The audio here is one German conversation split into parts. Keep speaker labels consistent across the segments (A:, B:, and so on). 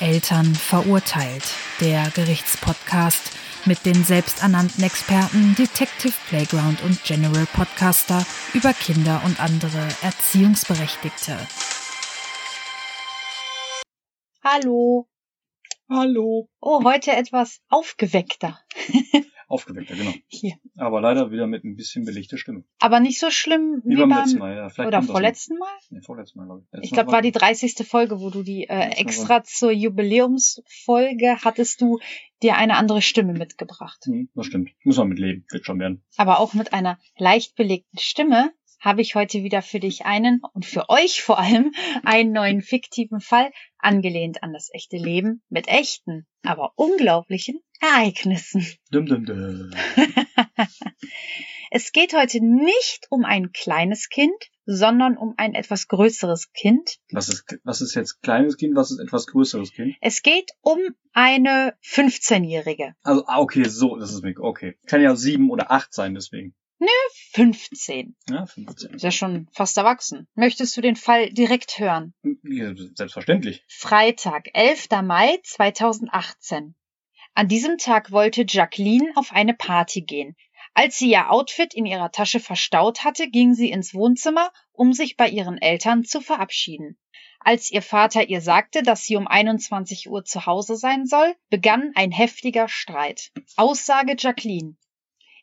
A: Eltern verurteilt. Der Gerichtspodcast mit den selbsternannten Experten Detective Playground und General Podcaster über Kinder und andere Erziehungsberechtigte.
B: Hallo.
C: Hallo.
B: Oh, heute etwas aufgeweckter.
C: Aufgeweckter, genau.
B: Hier.
C: Aber leider wieder mit ein bisschen belegter Stimme.
B: Aber nicht so schlimm
C: Wie beim letzten Mal, ja. Vielleicht
B: oder
C: kommt das
B: vorletzten Mal.
C: noch. Nee, vorletzten Mal, glaube ich. Letztes
B: Ich
C: Mal
B: glaube, war die 30. Folge, wo du die äh,
C: Letztes Mal
B: extra zur Jubiläumsfolge hattest du dir eine andere Stimme mitgebracht.
C: Hm, das stimmt. Muss man mit leben. Wird schon werden.
B: Aber auch mit einer leicht belegten Stimme habe ich heute wieder für dich einen und für euch vor allem einen neuen fiktiven Fall angelehnt an das echte Leben mit echten, aber unglaublichen Ereignissen.
C: Dum, dum, dum.
B: Es geht heute nicht um ein kleines Kind, sondern um ein etwas größeres Kind.
C: Was ist, was ist jetzt kleines Kind? Was ist etwas größeres Kind?
B: Es geht um eine 15-Jährige.
C: Also, ah, okay, so, das ist mir, okay. Kann ja sieben oder acht sein, deswegen.
B: 15.
C: Ja, 15.
B: Ist ja schon fast erwachsen. Möchtest du den Fall direkt hören?
C: Hm, Ja, Selbstverständlich.
B: Freitag, 11. Mai 2018. An diesem Tag wollte Jacqueline auf eine Party gehen. Als sie ihr Outfit in ihrer Tasche verstaut hatte, ging sie ins Wohnzimmer, um sich bei ihren Eltern zu verabschieden. Als ihr Vater ihr sagte, dass sie um 21 Uhr zu Hause sein soll, begann ein heftiger Streit. Aussage Jacqueline.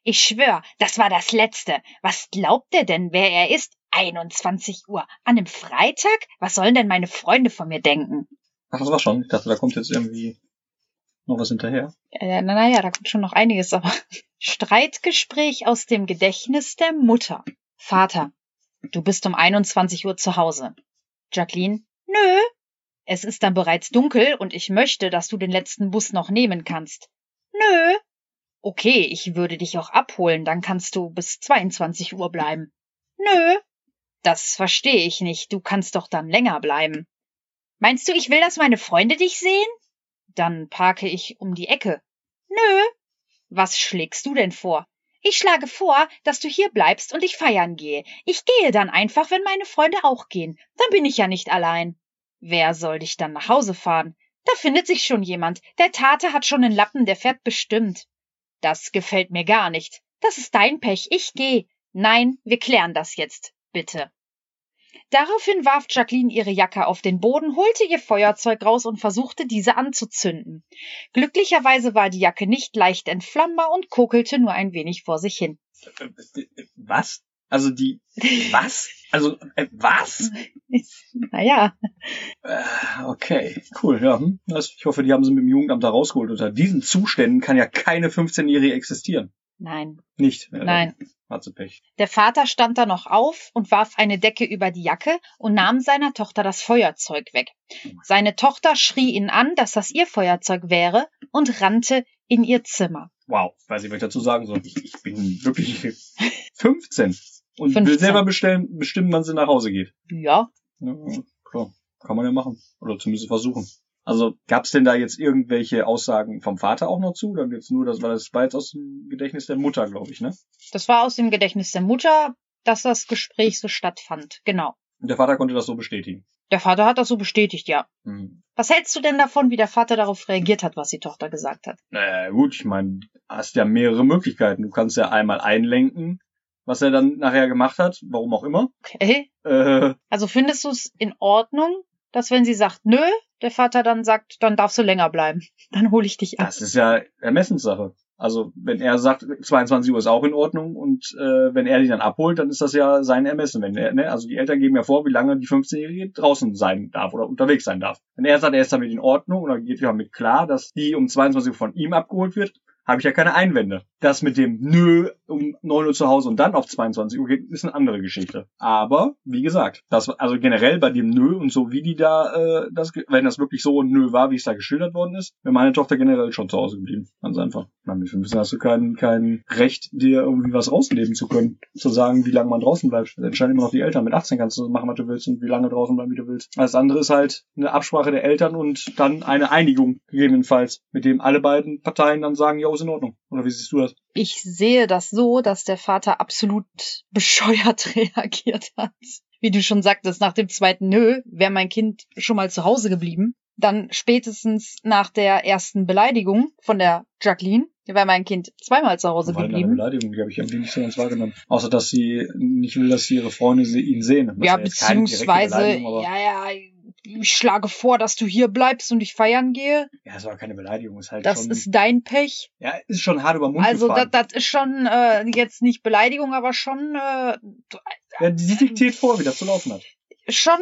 B: Ich schwör, das war das Letzte. Was glaubt er denn, wer er ist? 21 Uhr. An einem Freitag? Was sollen denn meine Freunde von mir denken?
C: Ach, das war schon. Ich dachte, da kommt jetzt irgendwie noch was hinterher.
B: Äh, na, naja, da kommt schon noch einiges, aber Streitgespräch aus dem Gedächtnis der Mutter. Vater, du bist um 21 Uhr zu Hause. Jacqueline, nö. Es ist dann bereits dunkel und ich möchte, dass du den letzten Bus noch nehmen kannst. Nö. Okay, ich würde dich auch abholen, dann kannst du bis 22 Uhr bleiben. Nö. Das verstehe ich nicht, du kannst doch dann länger bleiben. Meinst du, ich will, dass meine Freunde dich sehen? Dann parke ich um die Ecke. Nö. Was schlägst du denn vor? Ich schlage vor, dass du hier bleibst und ich feiern gehe. Ich gehe dann einfach, wenn meine Freunde auch gehen. Dann bin ich ja nicht allein. Wer soll dich dann nach Hause fahren? Da findet sich schon jemand. Der Tate hat schon einen Lappen, der fährt bestimmt. Das gefällt mir gar nicht. Das ist dein Pech. Ich geh. Nein, wir klären das jetzt. Bitte. Daraufhin warf Jacqueline ihre Jacke auf den Boden, holte ihr Feuerzeug raus und versuchte, diese anzuzünden. Glücklicherweise war die Jacke nicht leicht entflammbar und kokelte nur ein wenig vor sich hin.
C: Äh, äh, äh, Was? Also die, was? Also, äh, was?
B: Naja,
C: Äh, Okay, cool, ja. hm. Das, ich hoffe, die haben sie mit dem Jugendamt da rausgeholt. Unter diesen Zuständen kann ja keine 15-Jährige existieren.
B: nein,
C: Nicht. Ja,
B: nein.
C: dann Hat sie Pech.
B: Der Vater stand da noch auf und warf eine Decke über die Jacke und nahm seiner Tochter das Feuerzeug weg. Seine Tochter schrie ihn an, dass das ihr Feuerzeug wäre und rannte in ihr Zimmer.
C: Wow, weiß ich, was ich dazu sagen soll. Ich, ich bin wirklich 15 und
B: 15.
C: will selber bestellen, bestimmen, wann sie nach Hause geht.
B: Ja,
C: Ja, klar, kann man ja machen. Oder zumindest versuchen. Also gab's denn da jetzt irgendwelche Aussagen vom Vater auch noch zu? Dann jetzt nur, das war das war jetzt aus dem Gedächtnis der Mutter, glaube ich, ne?
B: das war aus dem Gedächtnis der Mutter, dass das Gespräch so stattfand. Genau.
C: Und der Vater konnte das so bestätigen.
B: Der Vater hat das so bestätigt, ja.
C: Hm.
B: Was hältst du denn davon, wie der Vater darauf reagiert hat, was die Tochter gesagt hat?
C: Naja, gut, ich meine, hast ja mehrere Möglichkeiten. Du kannst ja einmal einlenken, was er dann nachher gemacht hat, warum auch immer.
B: Okay.
C: Äh,
B: Also findest du es in Ordnung, dass wenn sie sagt, nö, der Vater dann sagt, dann darfst du länger bleiben. Dann hole ich dich ab.
C: das ist ja Ermessenssache. Also, wenn er sagt, 22 Uhr ist auch in Ordnung und äh, wenn er die dann abholt, dann ist das ja sein Ermessen. Wenn er, ne? Also die Eltern geben ja vor, wie lange die 15-Jährige draußen sein darf oder unterwegs sein darf. Wenn er sagt, er ist damit in Ordnung oder geht ja mit klar, dass die um 22 Uhr von ihm abgeholt wird, habe ich ja keine Einwände. Das mit dem Nö um 9 Uhr zu Hause und dann auf 22 Uhr geht, ist eine andere Geschichte. Aber, wie gesagt, das, also generell bei dem Nö und so, wie die da, äh, das, ge- wenn das wirklich so ein Nö war, wie es da geschildert worden ist, wäre meine Tochter generell schon zu Hause geblieben. Ganz einfach. Na, mit 15 hast du kein, kein Recht, dir irgendwie was rausnehmen zu können. Zu sagen, wie lange man draußen bleibt. Das entscheiden immer noch die Eltern. Mit 18 kannst du machen, was du willst und wie lange draußen bleiben, wie du willst. Alles andere ist halt eine Absprache der Eltern und dann eine Einigung, gegebenenfalls, mit dem alle beiden Parteien dann sagen, ja, ist in Ordnung. Oder wie siehst du das?
B: Ich sehe das so, dass der Vater absolut bescheuert reagiert hat. wie du schon sagtest, nach dem zweiten Nö wäre mein Kind schon mal zu Hause geblieben. Dann spätestens nach der ersten Beleidigung von der Jacqueline wäre mein Kind zweimal zu Hause
C: Weil eine
B: Also geblieben.
C: Beleidigung, die habe ich irgendwie nicht so ganz wahrgenommen. Außer, dass sie nicht will, dass ihre Freunde sie, ihn sehen. Das
B: Ja,
C: war jetzt keine direkte
B: beziehungsweise,
C: Beleidigung, aber-
B: ja, ja, ich schlage vor, dass du hier bleibst und ich feiern gehe.
C: Ja, es war keine Beleidigung. Ist halt
B: Das
C: schon,
B: ist dein Pech.
C: ja, ist schon hart über den Mund
B: Also das,
C: gefahren.
B: das ist schon äh, jetzt nicht Beleidigung, aber schon äh,
C: ja, die diktiert vor, wie das zu laufen hat.
B: schon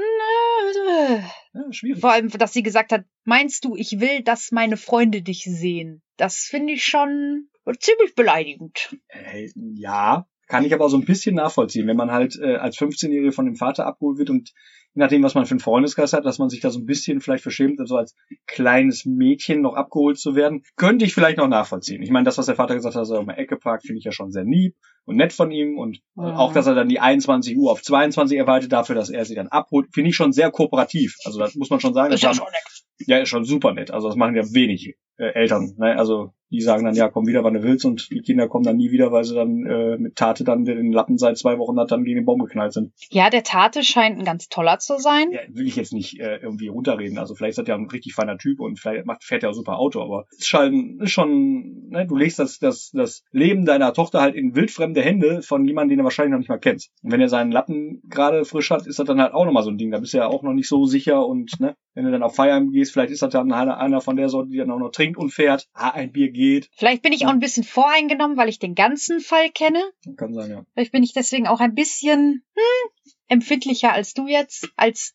B: äh,
C: Ja, schwierig.
B: vor allem, dass sie gesagt hat, meinst du, ich will, dass meine Freunde dich sehen? Das finde ich schon ziemlich beleidigend.
C: Äh, ja, kann ich aber so ein bisschen nachvollziehen, wenn man halt äh, als 15-Jährige von dem Vater abgeholt wird und je nachdem, was man für einen Freundeskreis hat, dass man sich da so ein bisschen vielleicht verschämt, so als kleines Mädchen noch abgeholt zu werden, könnte ich vielleicht noch nachvollziehen. Ich meine, das, was der Vater gesagt hat, dass er um die Ecke fragt, finde ich ja schon sehr lieb und nett von ihm und äh,
B: Mhm.
C: auch, dass er dann die 21 Uhr auf 22 erweitert dafür, dass er sie dann abholt, finde ich schon sehr kooperativ. Also das muss man schon sagen.
B: Ist
C: das
B: ja
C: haben-
B: schon nett.
C: ja, ist schon super nett. Also das machen ja wenig äh, Eltern. Ne? Also die sagen dann, ja, komm wieder, wann du willst und die Kinder kommen dann nie wieder, weil sie dann äh, mit Tate dann den Lappen seit zwei Wochen hat, dann gegen den Baum geknallt sind.
B: Ja, der Tate scheint ein ganz toller zu sein.
C: Ja, will ich jetzt nicht äh, irgendwie runterreden. Also vielleicht ist das ja ein richtig feiner Typ und vielleicht macht, fährt ja ein super Auto, aber es ist schon, ist schon ne? du legst das, das, das Leben deiner Tochter halt in wildfremde Hände von jemandem, den du wahrscheinlich noch nicht mal kennst. Und wenn er seinen Lappen gerade frisch hat, ist das dann halt auch nochmal so ein Ding. Da bist du ja auch noch nicht so sicher und ne, wenn du dann auf Feiern gehst, vielleicht ist das dann einer, einer von der Sorte, die dann auch noch trinkt und fährt, ah, ein Bier geht.
B: Vielleicht bin ich auch ein bisschen voreingenommen, weil ich den ganzen Fall kenne.
C: Kann sein, ja.
B: Vielleicht bin ich deswegen auch ein bisschen hm, empfindlicher als du jetzt, als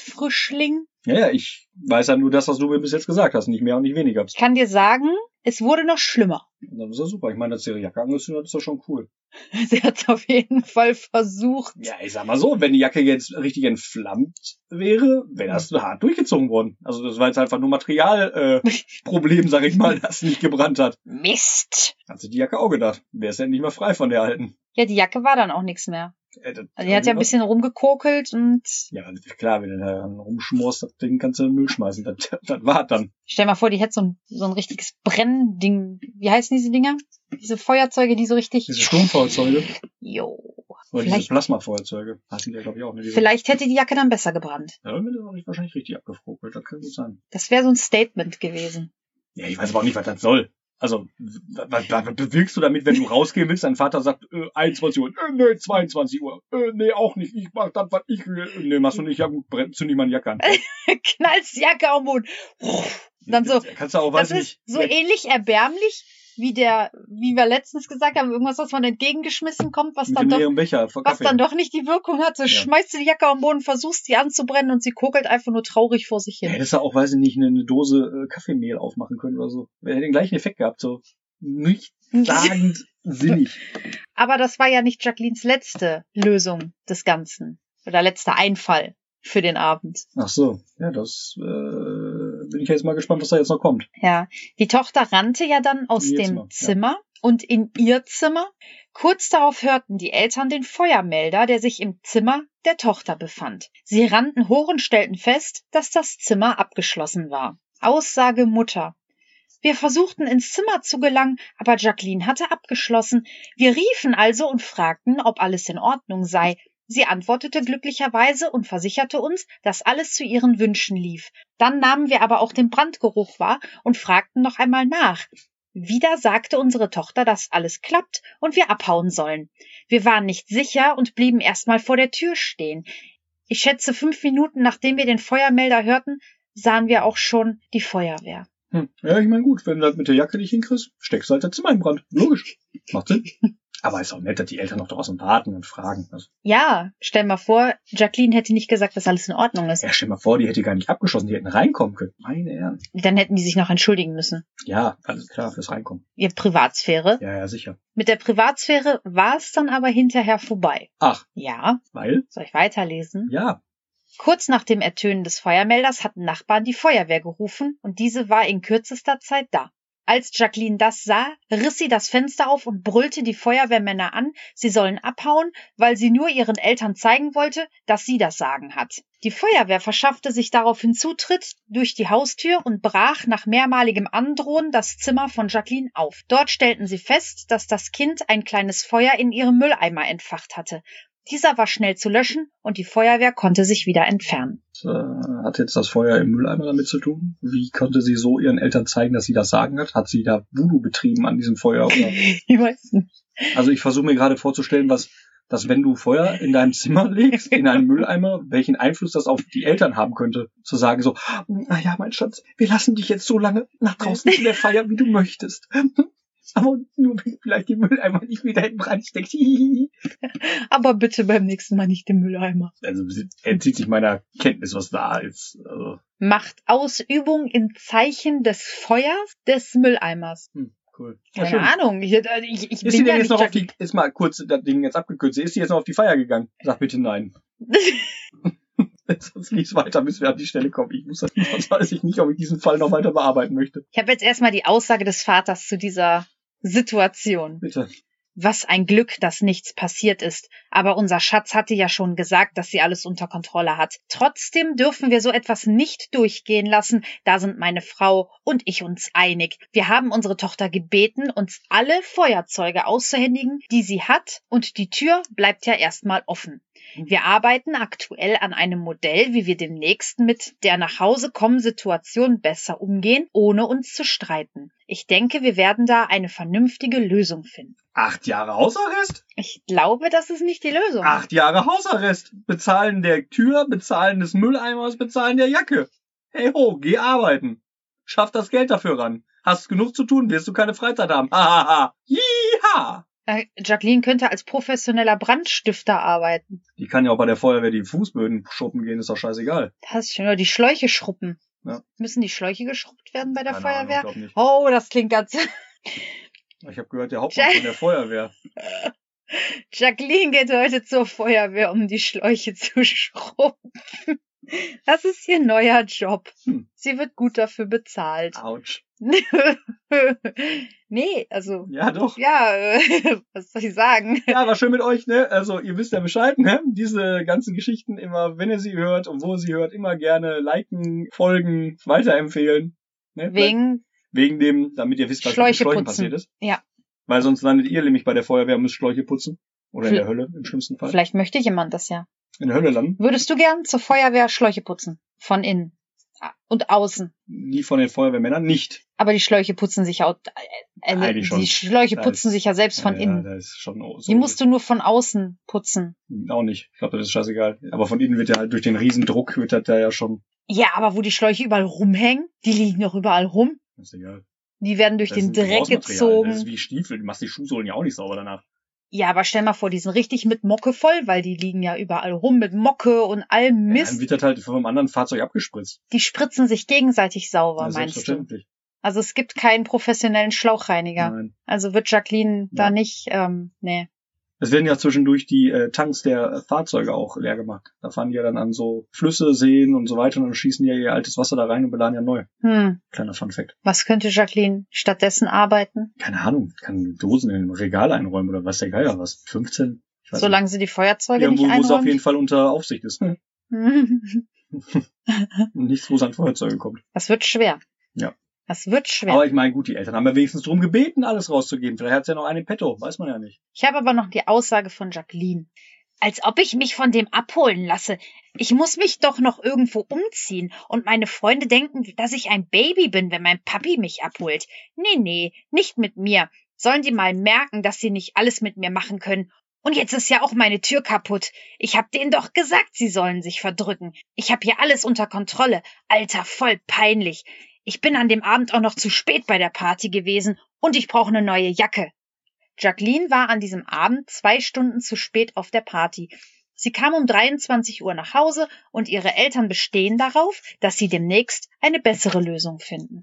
B: Fallfrischling.
C: Ja, ja, ich weiß ja nur das, was du mir bis jetzt gesagt hast. Nicht mehr und nicht weniger.
B: Ich kann dir sagen, es wurde noch schlimmer.
C: Und dann ist das super. Ich meine, dass sie ihre Jacke angezündet hat, ist doch schon cool.
B: Sie hat es auf jeden Fall versucht.
C: Ja, ich sag mal so, wenn die Jacke jetzt richtig entflammt wäre, wäre das
B: Mhm.
C: hart durchgezogen worden. Also das war jetzt einfach nur Materialproblem, äh, Problem, sag ich mal, das nicht gebrannt hat.
B: Mist!
C: Hat sich die Jacke auch gedacht. Wäre es endlich mal frei von der alten.
B: Ja, die Jacke war dann auch nichts mehr.
C: Äh, das-
B: Also die hat ja ein bisschen rumgekokelt und
C: Ja, also klar, wenn du da rumschmorst, das Ding kannst du in den Müll schmeißen. Das, das war dann.
B: stell mal vor, die hätte so ein, so ein richtiges Brennding. Wie heißen diese Dinger? Diese Feuerzeuge, die so richtig.
C: Diese Sturmfeuerzeuge
B: Jo.
C: oder diese
B: Vielleicht,
C: Plasmafeuerzeuge. Hast du ja, glaube ich, auch. Ne? Diese-
B: vielleicht hätte die Jacke dann besser gebrannt.
C: Ja, damit habe ich wahrscheinlich richtig abgefrokelt. Das kann gut sein.
B: Das wäre so ein Statement gewesen.
C: Ja, ich weiß aber auch nicht, was das soll. Also, was, was bewirkst du damit, wenn du rausgehen willst, dein Vater sagt, äh, 21 Uhr, äh, nee, 22 Uhr, äh, nee, auch nicht, ich mach das, was ich will, äh, nee, machst du nicht, ja gut, brenn- zünd nicht meine Jacke an.
B: Knallst die Jacke am Boden. Dann so,
C: Kannst du auch,
B: Das
C: weiß
B: ist
C: nicht.
B: so ähnlich erbärmlich wie der, wie wir letztens gesagt haben, irgendwas, was man entgegengeschmissen kommt, was
C: mit
B: dann
C: dem
B: doch,
C: leeren Becher, vor
B: was
C: Kaffee.
B: dann doch nicht die Wirkung hat. So
C: Ja.
B: schmeißt du die Jacke am Boden, versuchst die anzubrennen und sie kokelt einfach nur traurig vor sich
C: Ja,
B: hin.
C: hättest du auch, weiß ich nicht, eine, eine Dose äh, Kaffeemehl aufmachen können oder so. Hätte den gleichen Effekt gehabt, so. Nicht sagend sinnig.
B: Aber das war ja nicht Jacquelines letzte Lösung des Ganzen oder letzter Einfall für den Abend.
C: Ach so, ja, das, äh, bin ich jetzt mal gespannt, was da jetzt noch kommt.
B: Ja, die Tochter rannte ja dann aus
C: In ihr
B: dem
C: Zimmer, ja.
B: Zimmer und in ihr Zimmer. Kurz darauf hörten die Eltern den Feuermelder, der sich im Zimmer der Tochter befand. Sie rannten hoch und stellten fest, dass das Zimmer abgeschlossen war. Aussage Mutter. Wir versuchten ins Zimmer zu gelangen, aber Jacqueline hatte abgeschlossen. Wir riefen also und fragten, ob alles in Ordnung sei. Sie antwortete glücklicherweise und versicherte uns, dass alles zu ihren Wünschen lief. Dann nahmen wir aber auch den Brandgeruch wahr und fragten noch einmal nach. Wieder sagte unsere Tochter, dass alles klappt und wir abhauen sollen. Wir waren nicht sicher und blieben erstmal vor der Tür stehen. Ich schätze, fünf Minuten nachdem wir den Feuermelder hörten, sahen wir auch schon die Feuerwehr.
C: Hm. Ja, ich meine, gut, wenn du das mit der Jacke nicht hinkriegst, steckst du halt das Zimmer in Brand. Logisch. Macht Sinn. Aber ist auch nett, dass die Eltern noch draußen warten und fragen. Also,
B: Ja, stell mal vor, Jacqueline hätte nicht gesagt, dass alles in Ordnung ist.
C: ja, stell mal vor, die hätte gar nicht abgeschossen, die hätten reinkommen können. Meine Herren.
B: Dann hätten die sich noch entschuldigen müssen.
C: Ja, alles klar, fürs Reinkommen.
B: Ihr Privatsphäre.
C: Ja, ja, sicher.
B: Mit der Privatsphäre war es dann aber hinterher vorbei.
C: Ach,
B: Ja,
C: weil?
B: soll ich weiterlesen?
C: Ja.
B: Kurz nach dem Ertönen des Feuermelders hatten Nachbarn die Feuerwehr gerufen und diese war in kürzester Zeit da. Als Jacqueline das sah, riss sie das Fenster auf und brüllte die Feuerwehrmänner an, sie sollen abhauen, weil sie nur ihren Eltern zeigen wollte, dass sie das Sagen hat. Die Feuerwehr verschaffte sich daraufhin Zutritt durch die Haustür und brach nach mehrmaligem Androhen das Zimmer von Jacqueline auf. Dort stellten sie fest, dass das Kind ein kleines Feuer in ihrem Mülleimer entfacht hatte. Dieser war schnell zu löschen und die Feuerwehr konnte sich wieder entfernen.
C: Äh, hat jetzt das Feuer im Mülleimer damit zu tun? Wie konnte sie so ihren Eltern zeigen, dass sie das Sagen hat? Hat sie da Voodoo betrieben an diesem Feuer? Oder?
B: Ich weiß nicht.
C: Also ich versuche mir gerade vorzustellen, was, dass wenn du Feuer in deinem Zimmer legst, in einen Mülleimer, welchen Einfluss das auf die Eltern haben könnte, zu sagen so, naja, mein Schatz, wir lassen dich jetzt so lange nach draußen zu der Feier, wie du möchtest. Aber nur wenn vielleicht die Mülleimer nicht wieder in Brand steckt.
B: Aber bitte beim nächsten Mal nicht den Mülleimer.
C: Also sie entzieht sich meiner Kenntnis, was da ist. Also,
B: Macht Ausübung im Zeichen des Feuers des Mülleimers.
C: hm, cool. Ja,
B: Keine
C: schön.
B: Ahnung. Ich, also ich, ich
C: Ist
B: bin ja
C: sie denn jetzt
B: nicht
C: noch auf
B: Jackie.
C: die, ist mal kurz das Ding jetzt abgekürzt, ist sie jetzt noch auf die Feier gegangen? Sag bitte nein. Sonst geht's weiter, bis wir an die Stelle kommen. Ich muss das, sonst weiß ich nicht, ob ich diesen Fall noch weiter bearbeiten möchte.
B: Ich habe jetzt erstmal die Aussage des Vaters zu dieser Situation.
C: Bitte.
B: Was ein Glück, dass nichts passiert ist. Aber unser Schatz hatte ja schon gesagt, dass sie alles unter Kontrolle hat. Trotzdem dürfen wir so etwas nicht durchgehen lassen. Da sind meine Frau und ich uns einig. Wir haben unsere Tochter gebeten, uns alle Feuerzeuge auszuhändigen, die sie hat, und die Tür bleibt ja erstmal offen. Wir arbeiten aktuell an einem Modell, wie wir demnächst mit der nach Hause kommen Situation besser umgehen, ohne uns zu streiten. Ich denke, wir werden da eine vernünftige Lösung finden.
C: Acht Jahre Hausarrest?
B: Ich glaube, das ist nicht die Lösung.
C: Acht Jahre Hausarrest. Bezahlen der Tür, bezahlen des Mülleimers, bezahlen der Jacke. Hey ho, geh arbeiten. Schaff das Geld dafür ran. Hast genug zu tun, wirst du keine Freizeit haben. Ha ha ha. Jiha.
B: Äh, Jacqueline könnte als professioneller Brandstifter arbeiten.
C: Die kann ja auch bei der Feuerwehr die Fußböden schuppen gehen, ist doch scheißegal.
B: Das ist schön. Oder die Schläuche schruppen.
C: Ja.
B: Müssen die Schläuche geschrubbt werden bei der
C: Keine
B: Feuerwehr?
C: Ahnung, ich glaub
B: oh, das klingt ganz.
C: nicht. Ich habe gehört, der Hauptmann von der Feuerwehr.
B: Jacqueline geht heute zur Feuerwehr, um die Schläuche zu schrubben. Das ist ihr neuer Job.
C: Hm. Ah.
B: Sie wird gut dafür bezahlt.
C: Autsch.
B: nee, also.
C: Ja, doch.
B: Ja, äh, was soll ich sagen?
C: Ja, war schön mit euch, ne? Also, ihr wisst ja Bescheid, ne? Diese ganzen Geschichten immer, wenn ihr sie hört und wo ihr sie hört, immer gerne liken, folgen, weiterempfehlen. Ne?
B: Wegen
C: Wegen dem, damit ihr wisst, was
B: Schläuche
C: mit den Schläuchen
B: putzen.
C: passiert ist.
B: Ja.
C: Weil sonst landet ihr nämlich bei der Feuerwehr und müsst Schläuche putzen. Oder in
B: Fl-
C: der Hölle, im schlimmsten Fall.
B: Vielleicht möchte jemand das ja.
C: In der Hölle landen.
B: Würdest du gern zur Feuerwehr Schläuche putzen? Von innen und außen.
C: Die von den Feuerwehrmännern nicht.
B: Aber die Schläuche putzen sich ja, au- äh, äh,
C: Eigentlich schon.
B: die Schläuche
C: Da
B: putzen
C: ist-
B: sich ja selbst von
C: ja,
B: innen.
C: Das ist schon oh, so.
B: Die musst du nur von außen putzen.
C: Auch nicht. Ich glaube, das ist scheißegal. Aber von innen wird ja halt durch den Riesendruck, wird das da ja schon.
B: Ja, aber wo die Schläuche überall rumhängen, die liegen doch überall rum.
C: Ist egal.
B: Die werden durch
C: Das
B: den
C: ist ein
B: Dreck
C: Gebrauchsmaterial. Das ist
B: gezogen.
C: wie Stiefel. Du machst die Schuhsohlen ja auch nicht sauber danach.
B: Ja, aber stell mal vor, die sind richtig mit Mocke voll, weil die liegen ja überall rum mit Mocke und allem
C: Mist. Dann
B: Mist.
C: wird das halt vom anderen Fahrzeug abgespritzt.
B: Die spritzen sich gegenseitig sauber,
C: Ja,
B: meinst du?
C: selbstverständlich.
B: Also es gibt keinen professionellen Schlauchreiniger.
C: Nein.
B: Also wird Jacqueline
C: Ja.
B: da nicht, ähm, nee.
C: Es werden ja zwischendurch die äh, Tanks der äh, Fahrzeuge auch leer gemacht. Da fahren die ja dann an so Flüsse, Seen und so weiter und dann schießen die ja ihr altes Wasser da rein und beladen ja neu.
B: Hm,
C: Kleiner Fun Fact.
B: was könnte Jacqueline stattdessen arbeiten,
C: Keine Ahnung, kann Dosen in ein Regal einräumen oder was der Geier was. 15? Ich weiß
B: solange sie die
C: nicht.
B: Feuerzeuge
C: Irgendwo,
B: nicht
C: wo es auf jeden
B: einräumt?
C: Fall unter Aufsicht ist. Hm. Nichts, wo es an Feuerzeuge kommt.
B: Das wird schwer.
C: Ja.
B: Das wird schwer.
C: Aber ich meine, gut, die Eltern haben ja wenigstens drum gebeten, alles rauszugeben. Vielleicht hat's ja noch einen im Petto, weiß man ja nicht.
B: ich habe aber noch die Aussage von Jacqueline. Als ob ich mich von dem abholen lasse. Ich muss mich doch noch irgendwo umziehen und meine Freunde denken, dass ich ein Baby bin, wenn mein Papi mich abholt. Nee, nee, nicht mit mir. Sollen die mal merken, dass sie nicht alles mit mir machen können. Und jetzt ist ja auch meine Tür kaputt. Ich hab denen doch gesagt, sie sollen sich verdrücken. Ich hab hier alles unter Kontrolle. Alter, voll peinlich. Ich bin an dem Abend auch noch zu spät bei der Party gewesen und ich brauche eine neue Jacke. Jacqueline war an diesem Abend zwei Stunden zu spät auf der Party. Sie kam um 23 Uhr nach Hause und ihre Eltern bestehen darauf, dass sie demnächst eine bessere Lösung finden.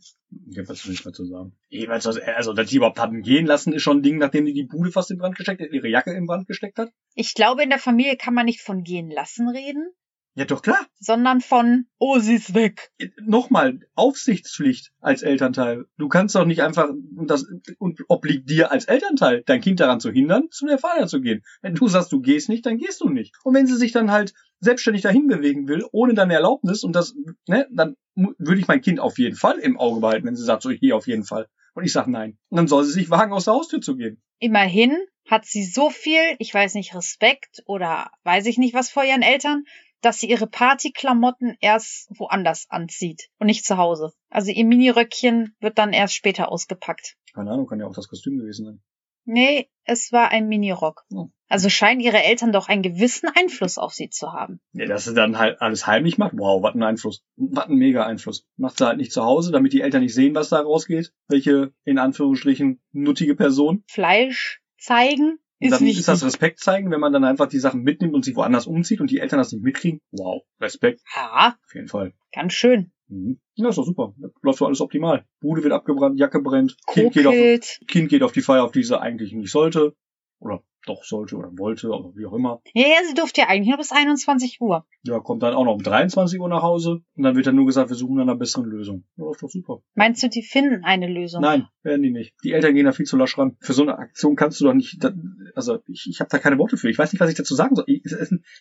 C: Ich hab dazu nichts mehr zu sagen. Jeweils, was- also, dass die überhaupt hatten gehen lassen, ist schon ein Ding, nachdem die die Bude fast in Brand gesteckt hat, ihre Jacke in Brand gesteckt hat.
B: Ich glaube, in der Familie kann man nicht von gehen lassen reden,
C: Ja, doch klar. Äh,
B: sondern von Oh, sie ist weg.
C: nochmal, Aufsichtspflicht als Elternteil. Du kannst doch nicht einfach, und das und obliegt dir als Elternteil, dein Kind daran zu hindern, zu der Feier zu gehen. Wenn du sagst, du gehst nicht, dann gehst du nicht. Und wenn sie sich dann halt selbstständig dahin bewegen will, ohne deine Erlaubnis, und das, ne, dann mu- würde ich mein Kind auf jeden Fall im Auge behalten, wenn sie sagt, so, ich gehe auf jeden Fall. Und ich sag nein. Und dann soll sie sich wagen, aus der Haustür zu gehen.
B: Immerhin hat sie so viel, ich weiß nicht, Respekt oder weiß ich nicht was vor ihren Eltern, dass sie ihre Partyklamotten erst woanders anzieht und nicht zu Hause. Also ihr Miniröckchen wird dann erst später ausgepackt.
C: Keine Ahnung, kann ja auch das Kostüm gewesen sein.
B: Nee, es war ein Minirock.
C: Oh.
B: Also scheinen ihre Eltern doch einen gewissen Einfluss auf sie zu haben.
C: Ja, dass sie dann halt alles heimlich macht. Wow, was ein Einfluss. Was ein mega Einfluss. Macht sie halt nicht zu Hause, damit die Eltern nicht sehen, was da rausgeht. Welche, in Anführungsstrichen, nuttige Person.
B: Fleisch zeigen
C: Und
B: ist
C: dann
B: wichtig.
C: ist das Respekt zeigen, wenn man dann einfach die Sachen mitnimmt und sie woanders umzieht und die Eltern das nicht mitkriegen. Wow, Respekt,
B: ja,
C: auf jeden Fall.
B: ganz schön.
C: Mhm. Ja, ist doch super. Läuft doch alles optimal. Bude wird abgebrannt, Jacke brennt, Kind geht, auf,
B: Kokelt.
C: kind geht auf die Feier, auf die sie eigentlich nicht sollte. Oder doch sollte oder wollte, aber wie auch immer.
B: Ja, ja, sie durfte ja eigentlich nur bis 21 Uhr.
C: Ja, kommt dann auch noch um 23 Uhr nach Hause und dann wird dann nur gesagt, wir suchen nach einer besseren Lösung. Ja, läuft doch super.
B: Meinst du, die finden eine Lösung?
C: Nein, werden die nicht. Die Eltern gehen da viel zu lasch ran. Für so eine Aktion kannst du doch nicht. Da, also ich, ich habe da keine Worte für. Ich weiß nicht, was ich dazu sagen soll. Ich,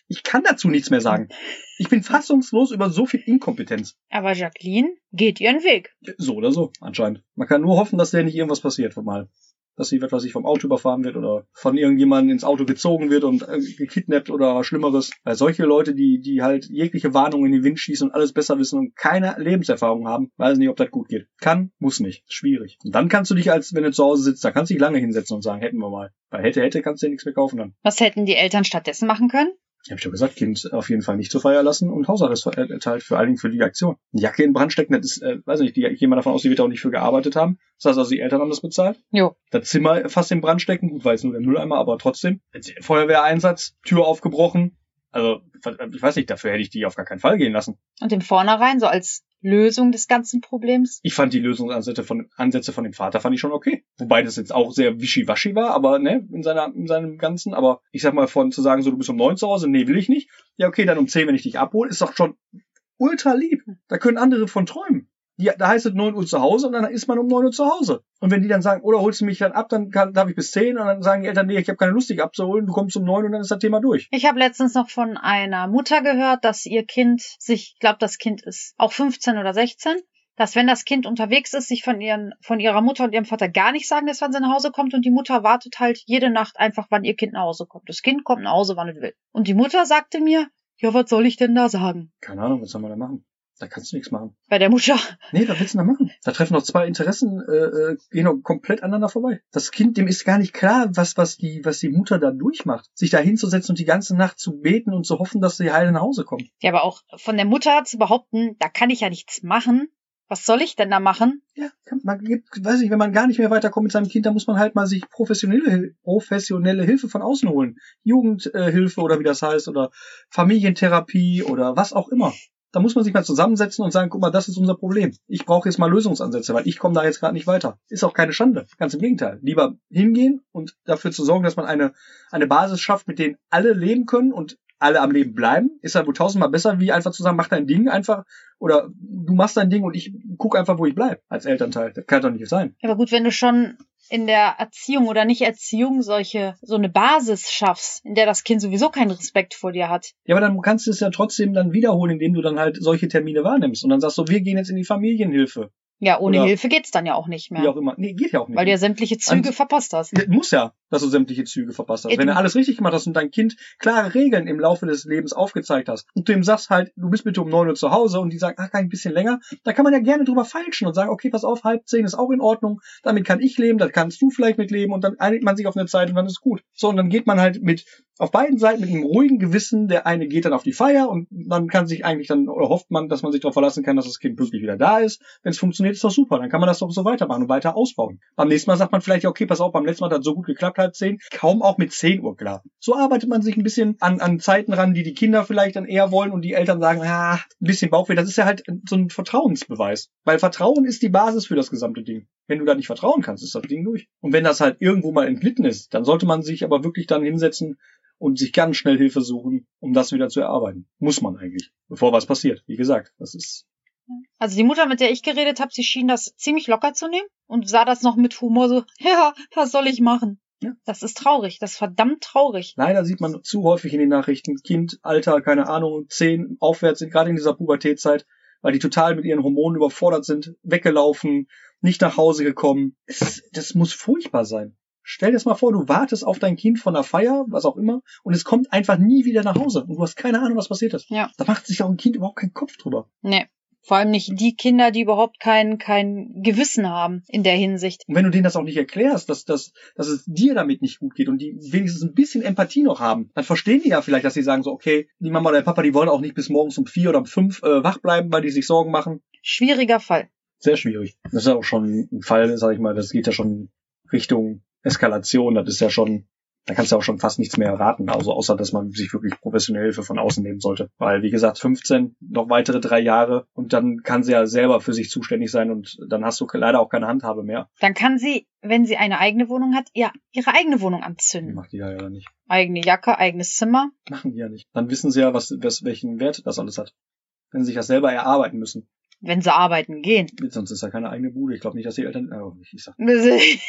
C: ich kann dazu nichts mehr sagen. Ich bin fassungslos über so viel Inkompetenz.
B: Aber Jacqueline geht ihren Weg.
C: So oder so, anscheinend. Man kann nur hoffen, dass der nicht irgendwas passiert mal. Dass sie, was weiß ich, vom Auto überfahren wird oder von irgendjemandem ins Auto gezogen wird und äh, gekidnappt oder Schlimmeres. Weil solche Leute, die, die halt jegliche Warnung in den Wind schießen und alles besser wissen und keine Lebenserfahrung haben, weiß nicht, ob das gut geht. Kann, muss nicht. Schwierig. Und dann kannst du dich als, wenn du zu Hause sitzt, da kannst du dich lange hinsetzen und sagen, hätten wir mal. Weil hätte, hätte, kannst du ja nichts mehr kaufen dann.
B: Was hätten die Eltern stattdessen machen können?
C: Ich habe schon gesagt, Kind auf jeden Fall nicht zur Feier lassen und Hausarrest ver- äh, erteilt, vor allen Dingen für die Aktion. Die Jacke in Brand stecken, das ist, äh, weiß nicht, die, ich gehe mal davon aus, die wird auch nicht für gearbeitet haben. Das heißt also, die Eltern haben das bezahlt.
B: Jo.
C: Das Zimmer fast in Brand stecken, gut, weil es nur der Mülleimer, aber trotzdem. Feuerwehreinsatz, Tür aufgebrochen. Also, ich weiß nicht, dafür hätte ich die auf gar keinen Fall gehen lassen.
B: Und im Vornherein, so als Lösung des ganzen Problems?
C: Ich fand die Lösungsansätze von, Ansätze von dem Vater fand ich schon okay. Wobei das jetzt auch sehr wischiwaschi war, aber, ne, in seiner, in seinem Ganzen. Aber ich sag mal, von zu sagen, so, du bist um neun zu Hause, nee, will ich nicht. Ja, okay, dann um zehn, wenn ich dich abhole, ist doch schon ultra lieb. Da können andere von träumen. Ja, da heißt es neun Uhr zu Hause und dann ist man um neun Uhr zu Hause. Und wenn die dann sagen, oder holst du mich dann ab, dann kann, darf ich bis zehn und dann sagen die Eltern, nee, ich habe keine Lust, dich abzuholen, du kommst um neun und dann ist das Thema durch.
B: Ich habe letztens noch von einer Mutter gehört, dass ihr Kind sich, ich glaube, das Kind ist auch 15 oder 16, dass wenn das Kind unterwegs ist, sich von ihren, von ihrer Mutter und ihrem Vater gar nicht sagen lässt, wann sie nach Hause kommt und die Mutter wartet halt jede Nacht einfach, wann ihr Kind nach Hause kommt. Das Kind kommt nach Hause, wann es will. Und die Mutter sagte mir, ja, was soll ich denn da sagen?
C: Keine Ahnung, was soll man da machen? Da kannst du nichts machen.
B: Bei der Mutter.
C: Nee, was willst du da machen? Da treffen doch zwei Interessen, äh, äh, gehen doch komplett aneinander vorbei. Das Kind, dem ist gar nicht klar, was, was die, was die Mutter da durchmacht. Sich da hinzusetzen und die ganze Nacht zu beten und zu hoffen, dass sie heil nach Hause kommen.
B: Ja, aber auch von der Mutter zu behaupten, da kann ich ja nichts machen. Was soll ich denn da machen?
C: Ja, kann- man gibt, weiß nicht, wenn man gar nicht mehr weiterkommt mit seinem Kind, dann muss man halt mal sich professionelle, Hil- professionelle Hilfe von außen holen. Jugendhilfe äh, Hilfe oder wie das heißt, oder Familientherapie oder was auch immer. Da muss man sich mal zusammensetzen und sagen, guck mal, das ist unser Problem. Ich brauche jetzt mal Lösungsansätze, weil ich komme da jetzt gerade nicht weiter. Ist auch keine Schande. Ganz im Gegenteil. Lieber hingehen und dafür zu sorgen, dass man eine, eine Basis schafft, mit denen alle leben können und alle am Leben bleiben, ist halt wohl tausendmal besser, wie einfach zu sagen, mach dein Ding einfach oder du machst dein Ding und ich guck einfach, wo ich bleib als Elternteil. Das kann doch nicht sein.
B: Ja, aber gut, wenn du schon in der Erziehung oder nicht Erziehung solche, so eine Basis schaffst, in der das Kind sowieso keinen Respekt vor dir hat.
C: Ja, aber dann kannst du es ja trotzdem dann wiederholen, indem du dann halt solche Termine wahrnimmst und dann sagst du, wir gehen jetzt in die Familienhilfe.
B: Ja, ohne
C: Oder-
B: Hilfe geht's dann ja auch nicht mehr.
C: Wie auch immer. Nee, geht ja auch nicht.
B: weil du ja sämtliche Züge
C: Und-
B: verpasst hast.
C: Das muss ja, dass du sämtliche Züge verpasst hast.
B: Eben.
C: Wenn du alles richtig gemacht hast und dein Kind klare Regeln im Laufe des Lebens aufgezeigt hast und du ihm sagst halt, du bist bitte um 9 Uhr zu Hause und die sagen, ach, kann ich ein bisschen länger, da kann man ja gerne drüber feilschen und sagen, okay, pass auf, halb zehn ist auch in Ordnung, damit kann ich leben, da kannst du vielleicht mitleben und dann einigt man sich auf eine Zeit und dann ist gut. So, und dann geht man halt mit auf beiden Seiten mit einem ruhigen Gewissen, der eine geht dann auf die Feier und dann kann sich eigentlich dann, oder hofft man, dass man sich darauf verlassen kann, dass das Kind pünktlich wieder da ist. Wenn es funktioniert, ist doch super, dann kann man das doch so weitermachen und weiter ausbauen. Beim nächsten Mal sagt man vielleicht, ja, okay, pass auf, beim letzten Mal hat das so gut geklappt, halb zehn, kaum auch mit 10 Uhr klar. So arbeitet man sich ein bisschen an, an Zeiten ran, die die Kinder vielleicht dann eher wollen und die Eltern sagen, ah, ein bisschen Bauchweh, das ist ja halt so ein Vertrauensbeweis. Weil Vertrauen ist die Basis für das gesamte Ding. Wenn du da nicht vertrauen kannst, ist das Ding durch. Und wenn das halt irgendwo mal entglitten ist, dann sollte man sich aber wirklich dann hinsetzen und sich ganz schnell Hilfe suchen, um das wieder zu erarbeiten. Muss man eigentlich, bevor was passiert. Wie gesagt, das ist
B: Also die Mutter, mit der ich geredet habe, sie schien das ziemlich locker zu nehmen und sah das noch mit Humor so, ja, was soll ich machen?
C: Ja.
B: Das ist traurig, das ist verdammt traurig.
C: leider sieht man zu häufig in den Nachrichten Kind, Alter, keine Ahnung, zehn aufwärts sind gerade in dieser Pubertätzeit, weil die total mit ihren Hormonen überfordert sind, weggelaufen, nicht nach Hause gekommen. Es, das muss furchtbar sein. Stell dir das mal vor, du wartest auf dein Kind von der Feier, was auch immer, und es kommt einfach nie wieder nach Hause und du hast keine Ahnung, was passiert ist.
B: Ja.
C: Da macht sich auch ein Kind überhaupt keinen Kopf drüber.
B: Nee. Vor allem nicht die Kinder, die überhaupt kein, kein Gewissen haben in der Hinsicht.
C: Und wenn du denen das auch nicht erklärst, dass, dass, dass es dir damit nicht gut geht und die wenigstens ein bisschen Empathie noch haben, dann verstehen die ja vielleicht, dass sie sagen so, okay, die Mama oder der Papa, die wollen auch nicht bis morgens um vier oder um fünf äh, wach bleiben, weil die sich Sorgen machen.
B: Schwieriger Fall.
C: Sehr schwierig. Das ist ja auch schon ein Fall, sag ich mal, das geht ja schon Richtung Eskalation. Das ist ja schon, da kannst du auch schon fast nichts mehr erraten, also außer, dass man sich wirklich professionelle Hilfe von außen nehmen sollte. Weil, wie gesagt, 15, noch weitere drei Jahre und dann kann sie ja selber für sich zuständig sein und dann hast du leider auch keine Handhabe mehr.
B: Dann kann sie, wenn sie eine eigene Wohnung hat, ihr, ihre eigene Wohnung anzünden.
C: Macht die ja leider nicht.
B: Eigene Jacke, eigenes Zimmer.
C: Machen die ja nicht. Dann wissen sie ja, was, was, welchen Wert das alles hat. Wenn sie sich das selber erarbeiten müssen.
B: Wenn sie arbeiten gehen.
C: Sonst ist ja keine eigene Bude. Ich glaube nicht, dass die Eltern. Oh, ich sag, ich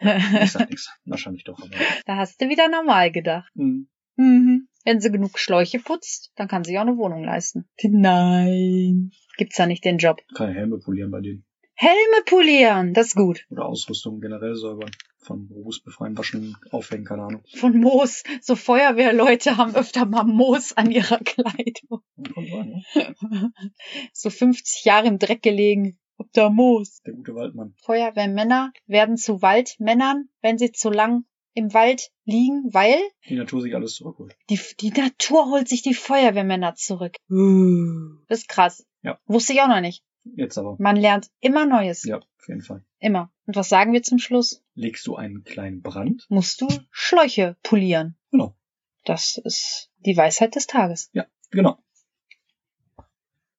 B: da
C: sag nichts. Wahrscheinlich doch. Aber,
B: hast du wieder normal gedacht.
C: hm.
B: Mhm. Wenn sie genug Schläuche putzt, dann kann sie sich auch eine Wohnung leisten. Nein. Gibt's da nicht den Job.
C: Keine Helme polieren bei denen.
B: Helme polieren, das ist gut.
C: Oder Ausrüstung generell säubern. Von Berufs befreien, waschen, aufhängen, keine Ahnung.
B: Von Moos. So Feuerwehrleute haben öfter mal Moos an ihrer Kleidung.
C: Kommt rein, ne?
B: So 50 Jahre im Dreck gelegen. Ob da Moos.
C: Der gute Waldmann.
B: Feuerwehrmänner werden zu Waldmännern, wenn sie zu lang im Wald liegen, weil
C: Die Natur sich alles zurückholt.
B: die, die Natur holt sich die Feuerwehrmänner zurück. Das ist krass.
C: Ja.
B: Wusste ich auch noch nicht.
C: Jetzt aber.
B: Man lernt immer Neues.
C: Ja, auf jeden Fall.
B: Immer. Und was sagen wir zum Schluss?
C: Legst du einen kleinen Brand?
B: Musst du Schläuche polieren.
C: Genau.
B: Das ist die Weisheit des Tages.
C: Genau.